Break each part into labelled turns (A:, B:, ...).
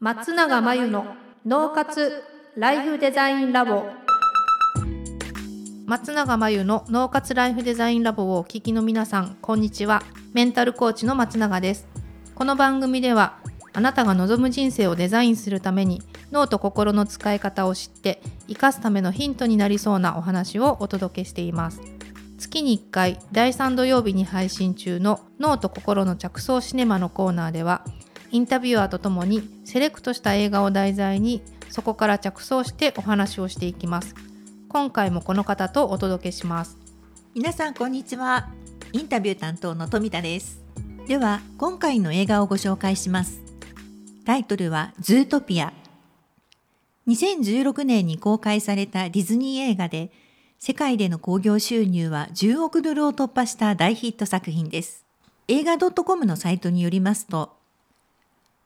A: 松永真由の脳活ライフデザインラボ松永真由の脳活ライフデザインラボをお聞きの皆さんこんにちはメンタルコーチの松永ですこの番組ではあなたが望む人生をデザインするために脳と心の使い方を知って生かすためのヒントになりそうなお話をお届けしています月に1回第3土曜日に配信中の脳と心の着想シネマのコーナーではインタビュアーとともにセレクトした映画を題材にそこから着想してお話をしていきます今回もこの方とお届けします
B: 皆さんこんにちはインタビュー担当の富田ですでは今回の映画をご紹介しますタイトルはズートピア2016年に公開されたディズニー映画で世界での興行収入は10億ドルを突破した大ヒット作品です映画 .com のサイトによりますと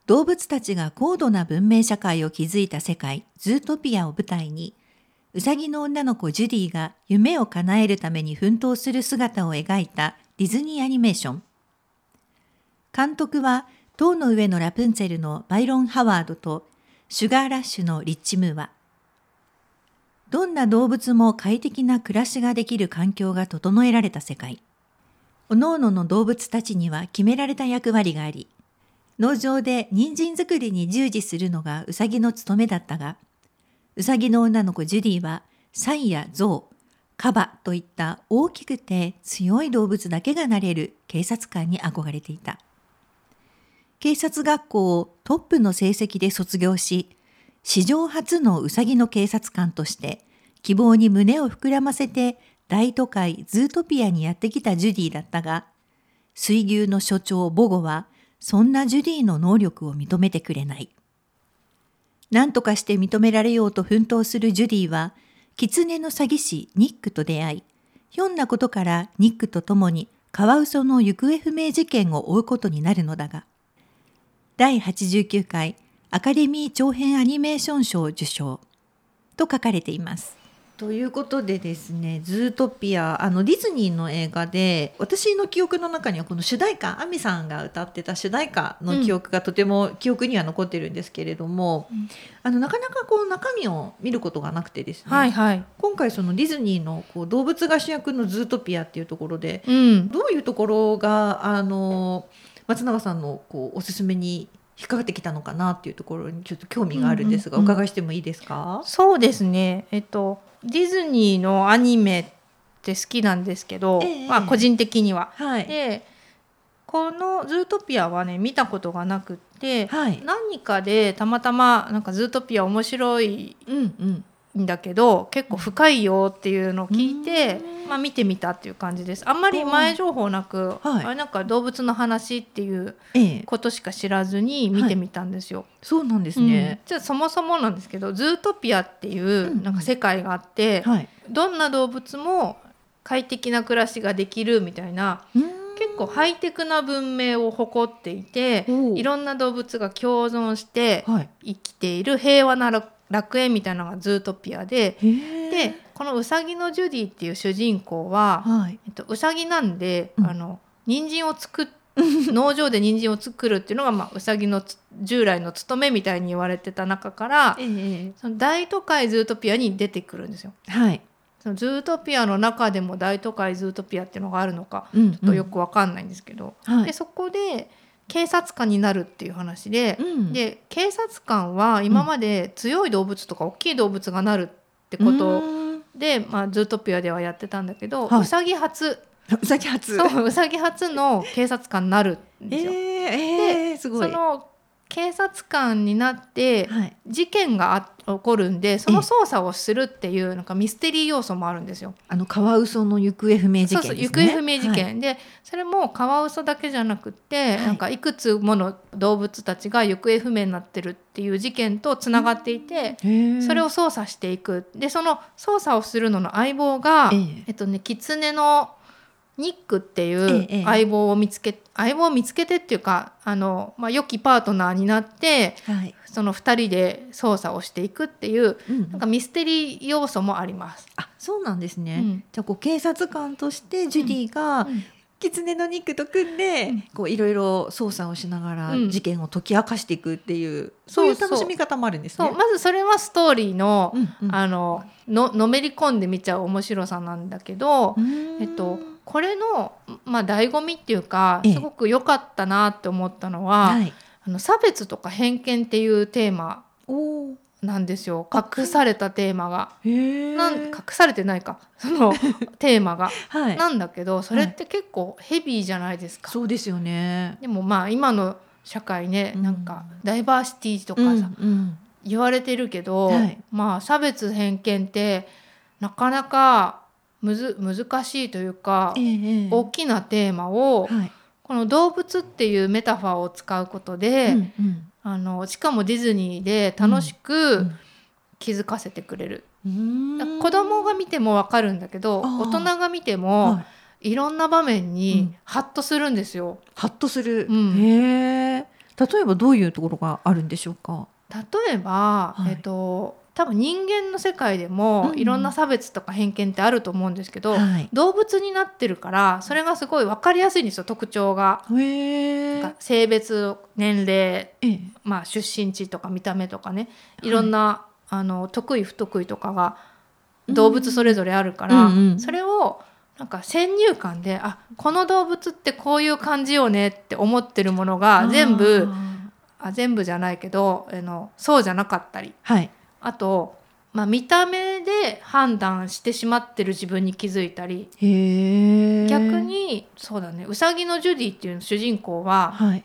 B: 動物たちが高度な文明社会を築いた世界ズートピアを舞台にうさぎの女の子ジュディが夢を叶えるために奮闘する姿を描いたディズニーアニメーション監督は塔の上のラプンツェルのバイロン・ハワードとシュガーラッシュのリッチ・ムーアどんな動物も快適な暮らしができる環境が整えられた世界各々の動物たちには決められた役割があり農場で人参作りに従事するのがウサギの務めだったが、ウサギの女の子ジュディは、サイやゾウ、カバといった大きくて強い動物だけがなれる警察官に憧れていた。警察学校をトップの成績で卒業し、史上初のウサギの警察官として、希望に胸を膨らませて大都会ズートピアにやってきたジュディだったが、水牛の所長ボゴは、そんなジュディの能力を認めてくれない。何とかして認められようと奮闘するジュディは、狐の詐欺師ニックと出会い、ひょんなことからニックと共にカワウソの行方不明事件を追うことになるのだが、第89回アカデミー長編アニメーション賞受賞と書かれています。
C: ということでですね「ズートピア」あのディズニーの映画で私の記憶の中にはこの主題歌アミさんが歌ってた主題歌の記憶がとても記憶には残ってるんですけれども、
A: うん
C: あのなかなかこう中身を見ることがなくてですね、
A: はいはい
C: 今回そのディズニーのこう動物が主役の「ズートピア」っていうところで
A: うん
C: どういうところがあの松永さんのこうおすすめに引っかかってきたのかなっていうところにちょっと興味があるんですが、
A: うんうんうん
C: お伺いしてもいいですか、
A: そうですねえっとディズニーのアニメって好きなんですけど、
C: ええ
A: まあ個人的には
C: はい、
A: でこの「ズートピア」はね見たことがなくって
C: はい、
A: 何かでたまたまなんか「ズートピア面白い
C: うんうん
A: んだけど結構深いよっていうのを聞いて
C: う、ん
A: まあ、見てみたっていう感じですあんまり前情報なく、
C: はい
A: あれなんか動物の話っていう
C: ええ
A: ことしか知らずに見てみたんですよ。
C: そうなんです
A: うん
C: ね。
A: じゃあそもそもなんですけどズートピアってい
C: うん
A: うなんか世界があって、
C: はい。
A: どんな動物も快適な暮らしができるみたいな結構ハイテクな文明を誇っていて
C: おう
A: いろんな動物が共存して
C: はい。
A: 生きている平和な楽楽園みたいなのがズートピアで
C: で
A: で、このウサギのジュディっていう主人公は、
C: はい。
A: えっと、ウサギなんで、
C: うん
A: あの人参を作 っ農場で人参を作るっていうのが、まあ、ウサギのつ従来の務めみたいに言われてた中から
C: え
A: その大都会ズートピアに出てくるんですよ。
C: えはい。
A: そのズートピアの中でも大都会ズートピアっていうのがあるのか
C: うんち
A: ちょっとよ。くわかんないんですけど、
C: は
A: で
C: い。
A: そこで警察官になるっていう話で、
C: うん
A: で警察官は今まで強い動物とか大きい動物がなるってこと
C: うん
A: で、まあ、ズートピアではやってたんだけど、
C: はいう
A: さぎ初
C: うさぎ初。
A: そううさぎ初の警察官になるん
C: え
A: ですよ。
C: えええすご
A: そ
C: い。
A: の警察官になって
C: はい。
A: 事件があ起こるんでその捜査をするっていうなんかミステリー要素もあるんですよ。
C: あのカワウソの行方不明事
A: そう
C: 件
A: そう
C: です
A: 行
C: ね。
A: 方不明事件、
C: はい。
A: でそれもカワウソだけじゃなくて、
C: はい
A: なんかいくつもの動物たちが行方不明になってるっていう事件とつながっていて、
C: へえ
A: それを捜査していくでその捜査をするのの相棒が、
C: え
A: え
C: え
A: っとね狐のニックってい
C: ええ
A: う相棒を見つけ、相棒を見つけてっていうかあの、まあ、良きパートナーになって
C: はい。
A: その2人で捜査をしていくっていう
C: うん
A: なんかミステリー要素もあります。
C: あ、そうなんです
A: う
C: ね。
A: ん
C: じゃあこう警察官としてジュディが
B: 狐の肉と組んで、
A: うん
B: こういろいろ捜査をしながら
A: うん
B: 事件を解き明かしていくっていう、
A: そ
B: そうう
A: そ
B: いうう楽しみ方もあるんです
A: そ
B: ね。
A: うまずそれはストーリーの,、
B: うんうん
A: あのののめり込んで見ちゃう面白さなんだけど、えっと、これの、まあ、醍醐味っていうか
D: ええ
A: すごく良かったなって思ったのは、
D: はい、
A: あの差別とか偏見っていうテーマ
B: おー
A: なんですよ隠されたテーマが。
B: へー
A: なん隠されてないかそ のテーマが、
B: はい、
A: なんだけどそれって結構ヘビーじゃないですか。
B: そうですよね。
A: でもまあ今の社会ね、
B: うん
A: なんかダイバーシティとか
B: う
A: さ、
B: んうん
A: 言われてるけど、
B: はい
A: まあ差別偏見ってなかなかむず難しいというか、
B: ええええ
A: 大きなテーマを、
B: はい
A: この動物っていうメタファーを使うことで、
B: うんうん
A: あのしかもディズニーで楽し
B: う
A: く
B: ん
A: 気づかせてくれる、
B: うーん
A: 子供が見てもわかるんだけど
B: あー
A: 大人が見ても、
B: はい
A: い、ろんな場面
B: う
A: に
B: ん
A: ハッとするんですよ。
B: ハッとする、
A: うん
B: へえ例えばどういうところがあるんでしょうか
A: 例えば、
B: はい
A: えっと多分人間の世界でも、
B: うん
A: いろんな差別とか偏見ってあると思うんですけど、
B: はい
A: 動物になってるからそれがすごい分かりやすいんですよ特徴が。
B: へえ
A: なんか性別年齢、
B: ええ
A: まあ、出身地とか見た目とかねいろんな、あの得意不得意とかが動物それぞれあるから、
B: うんうん
A: それをなんか先入観であこの動物ってこういう感じよねって思ってるものが全部
B: あ
A: あ全部じゃないけどあのそうじゃなかったり
B: ーはい
A: あと、まあ、見た目で判断してしまってる自分に気づいたり
B: へえ
A: 逆にそうだねウサギのジュディっていう主人公は
B: はい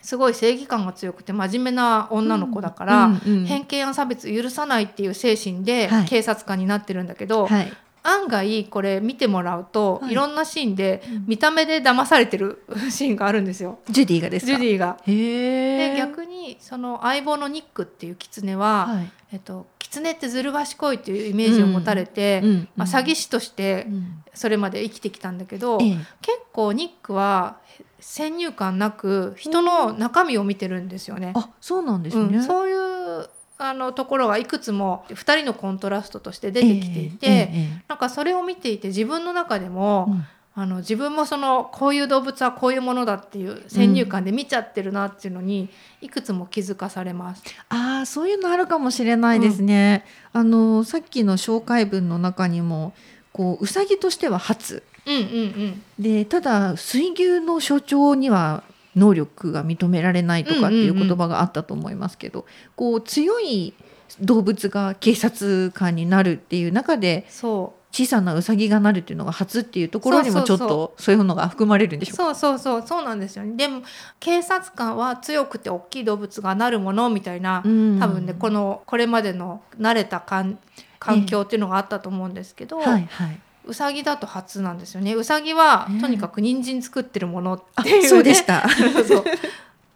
A: すごい正義感が強くて真面目な女の子だから、
B: うんうん
A: 偏見や差別許さないっていう精神で
B: はい
A: 警察官になってるんだけど、
B: はい
A: 案外これ見てもらうと、、
B: はいい
A: ろんなシーンで
B: うん
A: 見た目で騙されてる シーンがあるんですよ
B: ジュディがです
A: ジュ
B: か
A: ディが。
B: へえ
A: で逆にその相棒のニックっていう狐は、
B: はい
A: えっと、狐ってずる賢いっていうイメージを持たれて、
B: うん
A: まあ、詐欺師として
B: うん
A: それまで生きてきたんだけど、
B: ええ
A: 結構ニックは先入観なく人の中身を見てるんですよね。
B: あそうなんです
A: う
B: ね
A: ん、そういうあのところがいくつも2人のコントラストとして出てきていて、
B: ええええ
A: なんかそれを見ていて自分の中でも、
B: うん
A: あの自分もそのこういう動物はこういうものだっていう先入観で見ちゃってるなっていうのにいくつも気づかされます。
B: ああそういうのあるかもしれないですね。あのさっきの紹介文の中にもこううさぎとしては初
A: うんうんうん、
B: でただ水牛の所長には能力が認められないとかっていう言葉があったと思いますけど、こう強い動物が警察官になるっていう中で
A: そう
B: 小さなうさぎがなるっていうのが初っていうところにもちょっ
A: そうそう
B: とそういうのが含まれるんでしょうか。
A: そうそうそうそうなんですよね。でも警察官は強くて大きい動物がなるものみたいな、
B: うん
A: 多分ねこのこれまでの慣れた環環境っていうのがあったと思うんですけど、
B: はいはい、
A: ウサギだと初なんですよね。ウサギは
B: ね
A: とにかく人参作ってるものっ
B: あ
A: ていう、ね、
B: そうでし た。
A: そうそう。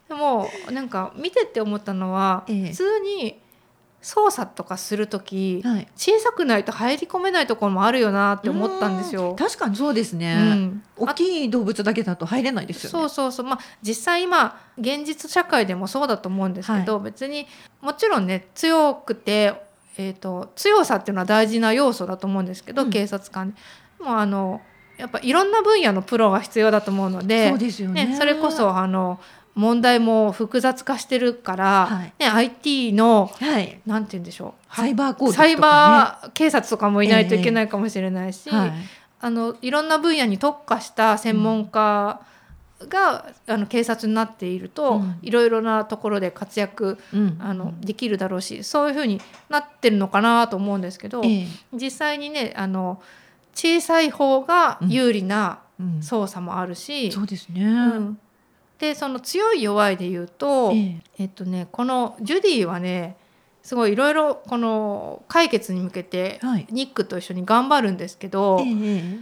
A: でもなんか見てて思ったのは、
B: ええ
A: 普通に操作とかする時
B: はい、
A: 小さくないと入り込めないところもあるよなって思ったんですよ。
B: 確かにそうですね。
A: うん
B: 大きい動物だけだと入れないですよ
A: そう
B: ね。
A: そうそうまあ実際今現実社会でもそうだと思うんですけど、別にもちろんね強くて、えー、と強さっていうのは大事な要素だと思うんですけど、
B: うん
A: 警察官でもあのやっぱいろんな分野のプロが必要だと思うので
B: そうですよね
A: ねそれこそあの問題も複雑化してるから、
B: はい
A: ね、IT の
B: はい、
A: なんて言うんでしょう
B: サイバー攻撃とか、
A: サ
B: ね、
A: イバー警察とかもいないといけないかもしれないし、
B: はい、
A: あのいろんな分野に特化した専門家が、あの警察になっていると、
B: うん
A: いろいろなところで活躍
B: うん
A: あのできるだろうしそういうふうになってるのかなと思うんですけど、
B: ええ
A: 実際にねあの小さい方が有利な
B: うんそ
A: 操作もあるし、
B: うですね。
A: うんでその強い弱いで言うと、
B: え
A: え
B: え
A: っとね、このジュディはねすごいいろいろこの解決に向けて、
B: はい
A: ニックと一緒に頑張るんですけど。
B: ええ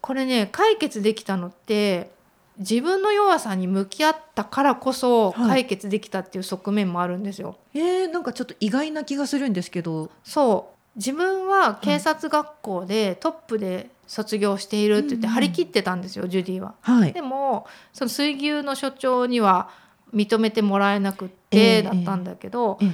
A: これね解決できたのって自分の弱さに向き合ったからこそ
B: はい
A: 解決できたっていう側面もあるんですよ。
B: ええなんかちょっと意外な気がするんですけど、
A: そう自分は警察学校でトップで卒業しているって言って
B: うんうん
A: 張り切ってたんですよ、ジュディは。
B: はい、
A: でもその水牛の所長には認めてもらえなくって
B: ええ
A: だったんだけど、
B: ええ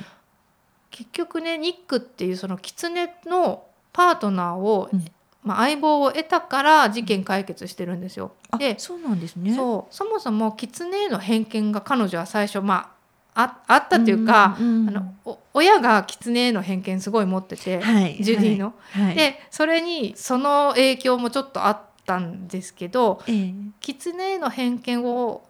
A: 結局ねニックっていうその狐のパートナーを
B: うん
A: まあ、相棒を得たから事件解決してるんですよ。
B: あ
A: で
B: そうなんですね。
A: そうそもそも狐への偏見が彼女は最初、まあ、ああったというか、
B: んん
A: あのお親が狐への偏見すごい持ってて、
B: はい、
A: ジュディの。
B: はい、はい、
A: でそれにその影響もちょっとあったんですけど
B: ええ
A: 狐への偏見を、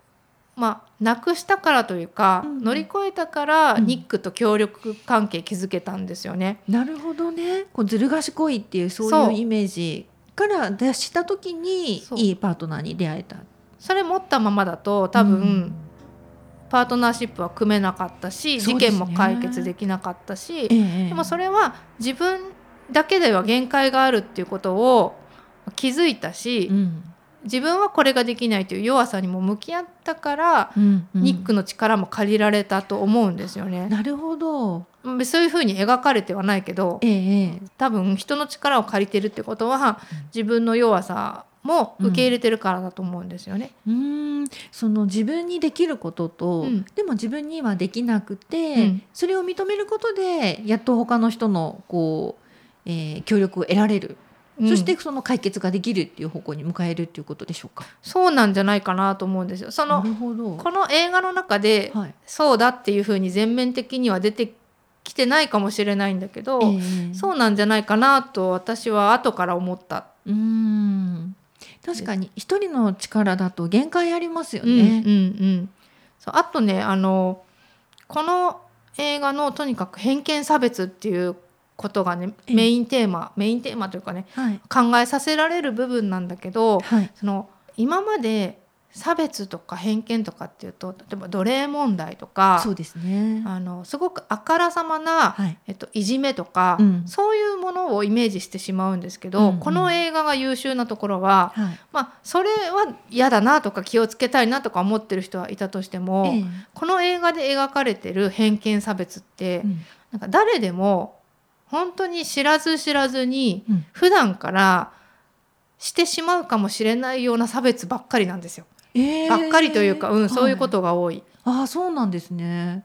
A: まあ、なくしたからというか、
B: うんうん
A: 乗り越えたから、
B: うん
A: ニックと協力関係築けたんですよね。
B: なるほどね。
C: こうずる賢いっていうそ
A: そうう
C: いうイメージから出した時に
A: そう
C: いいパートナーに出会えた
A: それ持ったままだと多分、
B: うん
A: パートナーシップは組めなかったし、
B: そう
A: 事
B: ですね
A: 件も解決できなかったし、
B: ええええ
A: でもそれは自分だけでは限界があるっていうことを気づいたし、
B: うん
A: 自分はこれができないという弱さにも向き合ったから、
B: うんうん
A: ニックの力も借りられたと思うんですよね。
B: なるほど。
A: うんそういうふうに描かれてはないけど
B: ええええ
A: 多分人の力を借りてるってことは自分の弱さも受け入れてるからだと思うんですよね。
B: うーんその自分にできることと、
A: うん
B: でも自分にはできなくて、
A: うん
B: それを認めることでやっと他の人のこう、えー協力を得られる、
A: うん
B: そしてその解決ができるっていう方向に向かえるっていうことでしょうか。
A: そうなんじゃないかなと思うんですよ。そ
B: な
A: の
B: るほど。
A: この映画の中で、
B: はい。
A: そうだっていうふうに全面的には出てきてないかもしれないんだけど、
B: ええ
A: そうなんじゃないかなと私は後から思った。
B: うーん確かに一人の力だと限界ありますよ
A: うんうん
B: ね。
A: うん、そうあとねあのこの映画のとにかく偏見差別っていうことがね
B: ええ
A: メインテーマメインテーマというかね
B: はい。
A: 考えさせられる部分なんだけど
B: はい。
A: その今まで差別とか偏見とかっていうと例えば奴隷問題とか
B: そうですね。
A: あのすごくあからさまな、
B: はい。
A: えっと、いじめとか、
B: うん
A: そういうものをイメージしてしまうんですけど、
B: うんうん
A: この映画が優秀なところは、
B: はい。
A: まあ、それは嫌だなとか気をつけたいなとか思ってる人はいたとしても、
B: え
A: この映画で描かれてる偏見差別って、
B: えうん
A: なんか誰でも本当に知らず知らずに
B: うん
A: 普段からしてしまうかもしれないような差別ばっかりなんですよ。
B: ええ
A: ばっかりというか、うん、そういう
B: は
A: ことが多い。
B: ああそうなんですね。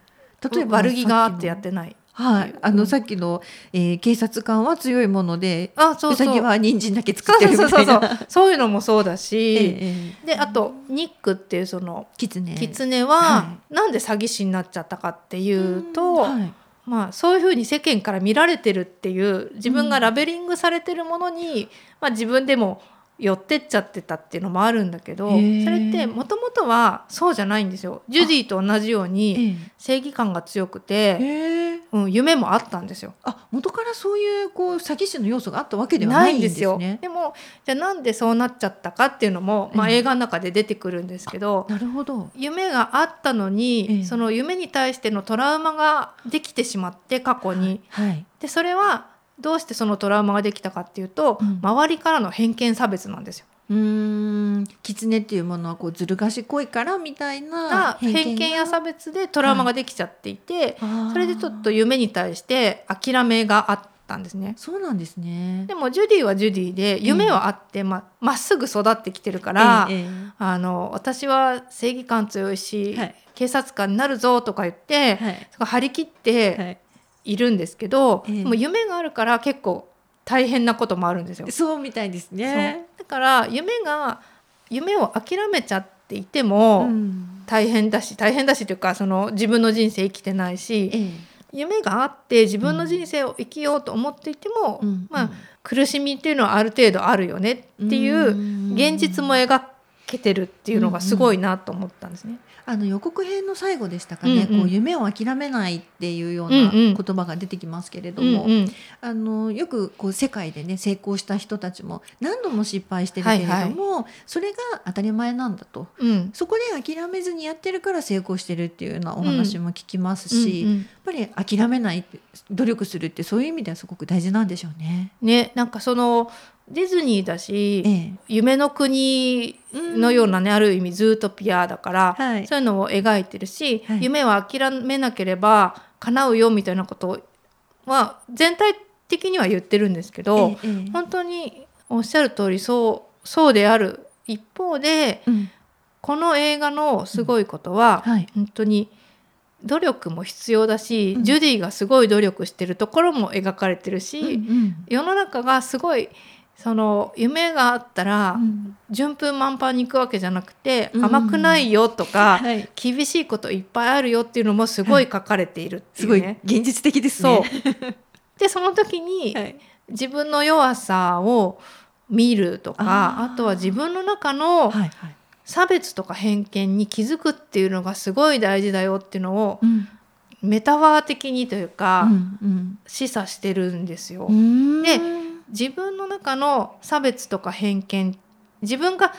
A: 例えば悪気があってやっ
B: さ
A: てない。
B: きのはいあのさっきの、えー警察官は強いもので
A: あ、そううそう。
B: さぎは人参だけ作
A: そ
B: って
A: う
B: る
A: そ
B: みた
A: う
B: いな。
A: そうそう。そういうのもそうだし、
B: えええ
A: であとニックっていうその
B: えキツネ
A: 狐
B: は
A: はなんで詐欺師になっちゃったかっていうと、
B: はい
A: まあそういうふうに世間から見られてるっていう自分がラベリングされてるものに、まあ自分でも寄ってっちゃってたっていうのもあるんだけど、
B: へー
A: それってもともとはそうじゃないんですよ。ジュディと同じように
B: え
A: 正義感が強く
B: え
A: て、
B: へえ
A: うん、夢もあったんですよ。
B: あ元からそういうこう詐欺師の要素があったわけではないんです
A: よ
B: ね。
A: でもじゃあなんでそうなっちゃったかっていうのも、まあ、
B: ええ
A: 映画の中で出てくるんですけど、
B: なるほど。
A: 夢があったのに、
B: ええ
A: その夢に対してのトラウマができてしまって過去に。
B: はい。
A: でそれはどうしてそのトラウマができたかっていうと、
B: うん
A: 周りからの偏見差別なんですよ。
B: うーん狐っていうものはこうずる賢いからみたいな
A: が偏見や差別でトラウマができちゃっていて、
B: そ
A: それでちょっと夢に対して諦めがあったんですね。
B: そうなんですね。
A: でもジュディはジュディで夢はあってままっすぐ育ってきてるから、
B: ええええ
A: あの私は正義感強いし、
B: はい
A: 警察官になるぞとか言って、
B: はい
A: すごい張り切って
B: はい
A: いるんですけど、
B: ええ
A: でも夢があるから結構大変なこともあるんですよ。
B: そうみたいですね。
A: そうだから夢が夢を諦めちゃっていても、
B: うん
A: 大変だし大変だしというかその自分の人生生きてないし
B: ええ
A: 夢があって自分の人生を生きようと思っていても、
B: うん
A: まあ、苦しみっていうのはある程度あるよねっていう現実も描けてるっていうのがすごいなと思ったんですね。
B: あの予告編の最後でしたかね、
A: うんうん
B: こう夢を諦めないっていうよう
A: うんう
B: な
A: ん
B: 言葉が出てきますけれども、
A: うんうん
B: あのよくこう世界でね成功した人たちも何度も失敗してるけれども、それが当たり前なんだと
A: うん
B: そこで諦めずにやってるから成功してるっていうようなお話も聞きますし、
A: うんう
B: やっ
A: ん
B: ぱり諦めないって努力するってそういう意味ではすごく大事なんでしょうね。
A: ねなんかそのディズニーだし、
B: え
A: 夢の国のようなね、ある意味ズートピアだから、
B: はい
A: そういうのを描いてるし、
B: はい
A: 夢は諦めなければ叶うよみたいなことは全体的には言ってるんですけ
B: え
A: ど、
B: ええ
A: 本当におっしゃる通りそうそうである一方で
B: うん
A: この映画のすごいことは、
B: はい
A: 本当に努力も必要だし、
B: うん
A: ジュディがすごい努力してるところも描かれてるし、
B: うんうん
A: 世の中がすごいその夢があったら、
C: うん
A: 順風満帆に行くわけじゃなくて、
B: うん
A: 甘くないよとか、
C: はい
A: 厳しいこといっぱいあるよっていうのもすごい書かれているってい
C: す
A: う
C: ごい
A: ね。
C: 現実的です
A: そ
C: ね。
A: うでその時に、
C: はい
A: 自分の弱さを見るとか
C: あ
A: あ
C: ー
A: とは自分の中の
B: はい
A: 差別とか偏見に気づくっていうのがすごい大事だよっていうのを
B: うん
A: メタファー的にというか、
B: うん
A: 示唆してるんですよ。
B: うん
A: で
B: うん
A: 自分の中の差別とか偏見自分が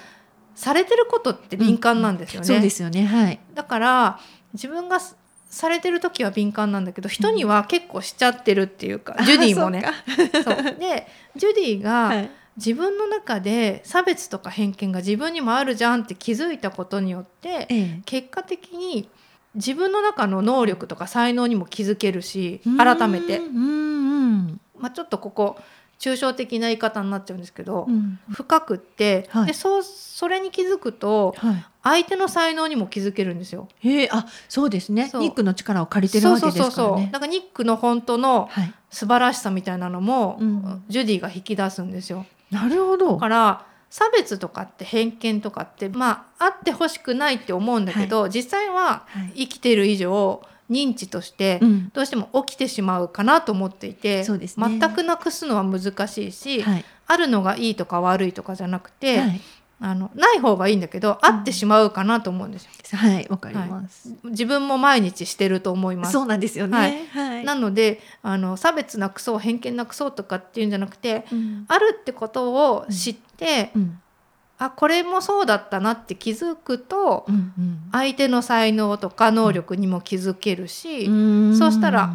A: されてることって敏感なんですよね、
B: そうですよねはい
A: だから自分がさされてる時は敏感なんだけど人には結構しちゃってるっていうか、ジュディもね
C: あ
A: そうでジュディが、
C: そうかはい
A: 自分の中で差別とか偏見が自分にもあるじゃんって気づいたことによって
B: え
A: 結果的に自分の中の能力とか才能にも気づけるし
B: え
A: 改めて
B: う、んうん
A: まあ、ちょっとここ抽象的な言い方になっちゃうんですけど、
B: うん
A: 深くって、
B: はい
A: でそうそれに気づくと
B: はい
A: 相手の才能にも気づけるんですよ。
B: へえあそうですね
A: そう
B: ニックの力を借りてるわけですからね
A: そうそうそうそうだからニックの本当の
B: はい
A: 素晴らしさみたいなのも、
B: うん
A: ジュディが引き出すんですよ。
B: なるほど
A: だから差別とかって偏見とかってまああってほしくないって思うんだけど、実際は
B: はい
A: 生きてる以上認知として
B: うん
A: どうしても起きてしまうかなと思っていて、
B: そうですね
A: 全くなくすのは難しいし、
B: はい
A: あるのがいいとか悪いとかじゃなくて、
B: はい
A: あのない方がいいんだけどあってしまうかなと思うんですよ。
B: はいわかります
A: 自分も毎日してると思います。
B: そうなんですよ
A: はい
B: ねはい
A: なのであの差別なくそう偏見なくそうとかっていうんじゃなくて
B: うん
A: あるってことを知って、
B: うん
A: あこれもそうだったなって気づくと、
B: うんうん
A: 相手の才能とか能力にも気づけるし、
B: うん
A: そうしたら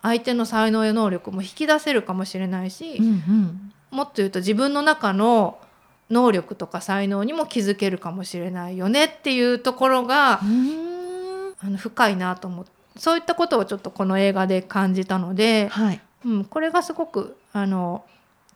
A: 相手の才能や能力も引き出せるかもしれないし、
B: うんうん
A: もっと言うと自分の中の能力とか才能にも気づけるかもしれないよねっていうところが、
B: うん
A: あの深いなと思ってそういったことをちょっとこの映画で感じたので、
B: はい
A: うん、これがすごくあの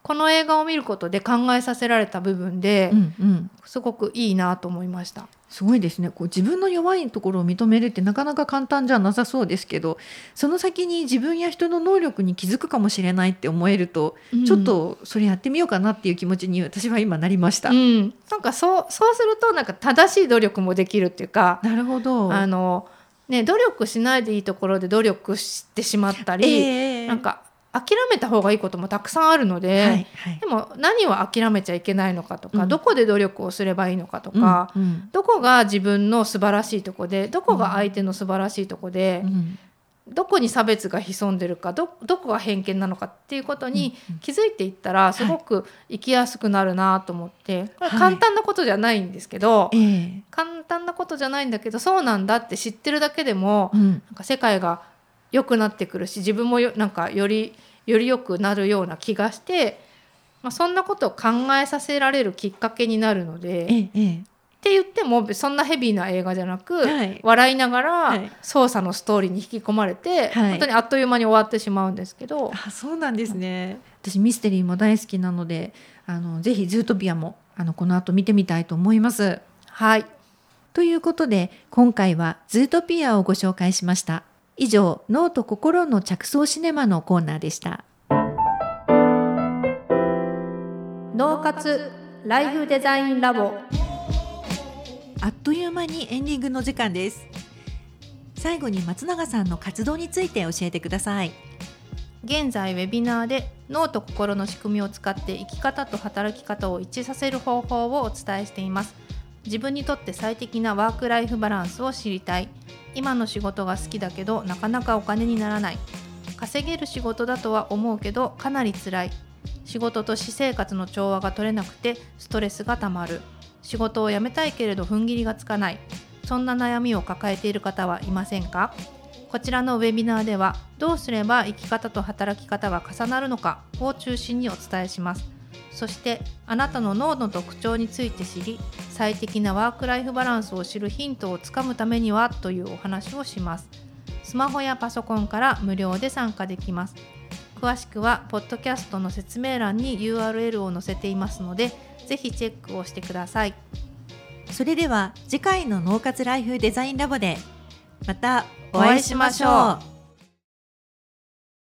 A: この映画を見ることで考えさせられた部分で、
B: うんうん
A: すごくいいなと思いました。
B: すごいですねこう自分の弱いところを認めるってなかなか簡単じゃなさそうですけどその先に自分や人の能力に気づくかもしれないって思えると、ちょっとそれやってみようかなっていう気持ちに私は今なりました。
A: うん、なんかそうそうするとなんか正しい努力もできるっていうか、
B: なるほど
A: あのね努力しないでいいところで努力してしまったり、
B: ええ
A: なんか諦めた方がいいこともたくさんあるので、
B: はいはい
A: でも何を諦めちゃいけないのかとか、
B: うん
A: どこで努力をすればいいのかとか、
B: うんうん
A: どこが自分の素晴らしいとこでどこが相手の素晴らしいとこで、
B: うん
A: どこに差別が潜んでるかどどこが偏見なのかっていうことに気づいていったらすごく生きやすくなるなと思って、これ
B: はい
A: 簡単なことじゃないんですけど、
B: ええ
A: 簡単なことじゃないんだけどそうなんだって知ってるだけでも
B: うん
A: なんか世界が良くなってくるし自分もよなんかよりより良くなるような気がして、まあ、そんなことを考えさせられるきっかけになるので。
B: えええ
A: って言ってもそんなヘビーな映画じゃなく、
B: はい
A: 笑いなが
B: は
A: ら
B: い
A: 操作のストーリーに引き込まれて、
B: はい
A: 本当にあっという間に終わってしまうんですけど、
B: えあそうなんですね私ミステリーも大好きなのであのぜひズートピアもあのこの後見てみたいと思います。
A: はい、
B: ということで今回はズートピアをご紹介しました以上脳と心の着想シネマのコーナーでした
A: 脳活ライフデザインラボ
B: あっという間にエンディングの時間です最後に松永さんの活動について教えてください
A: 現在ウェビナーで脳と心の仕組みを使って生き方と働き方を一致させる方法をお伝えしています自分にとって最適なワークライフバランスを知りたい今の仕事が好きだけどなかなかお金にならない稼げる仕事だとは思うけどかなり辛い仕事と私生活の調和が取れなくてストレスがたまる仕事を辞めたいけれど踏ん切りがつかないそんな悩みを抱えている方はいませんかこちらのウェビナーではどうすれば生き方と働き方が重なるのかを中心にお伝えしますそしてあなたの脳の特徴について知り最適なワークライフバランスを知るヒントをつかむためにはというお話をしますスマホやパソコンから無料で参加できます詳しくはポッドキャストの説明欄に URL を載せていますのでぜひチェックをしてください
B: それでは次回の脳活ライフデザインラボでまた
A: お会いしましょ
B: う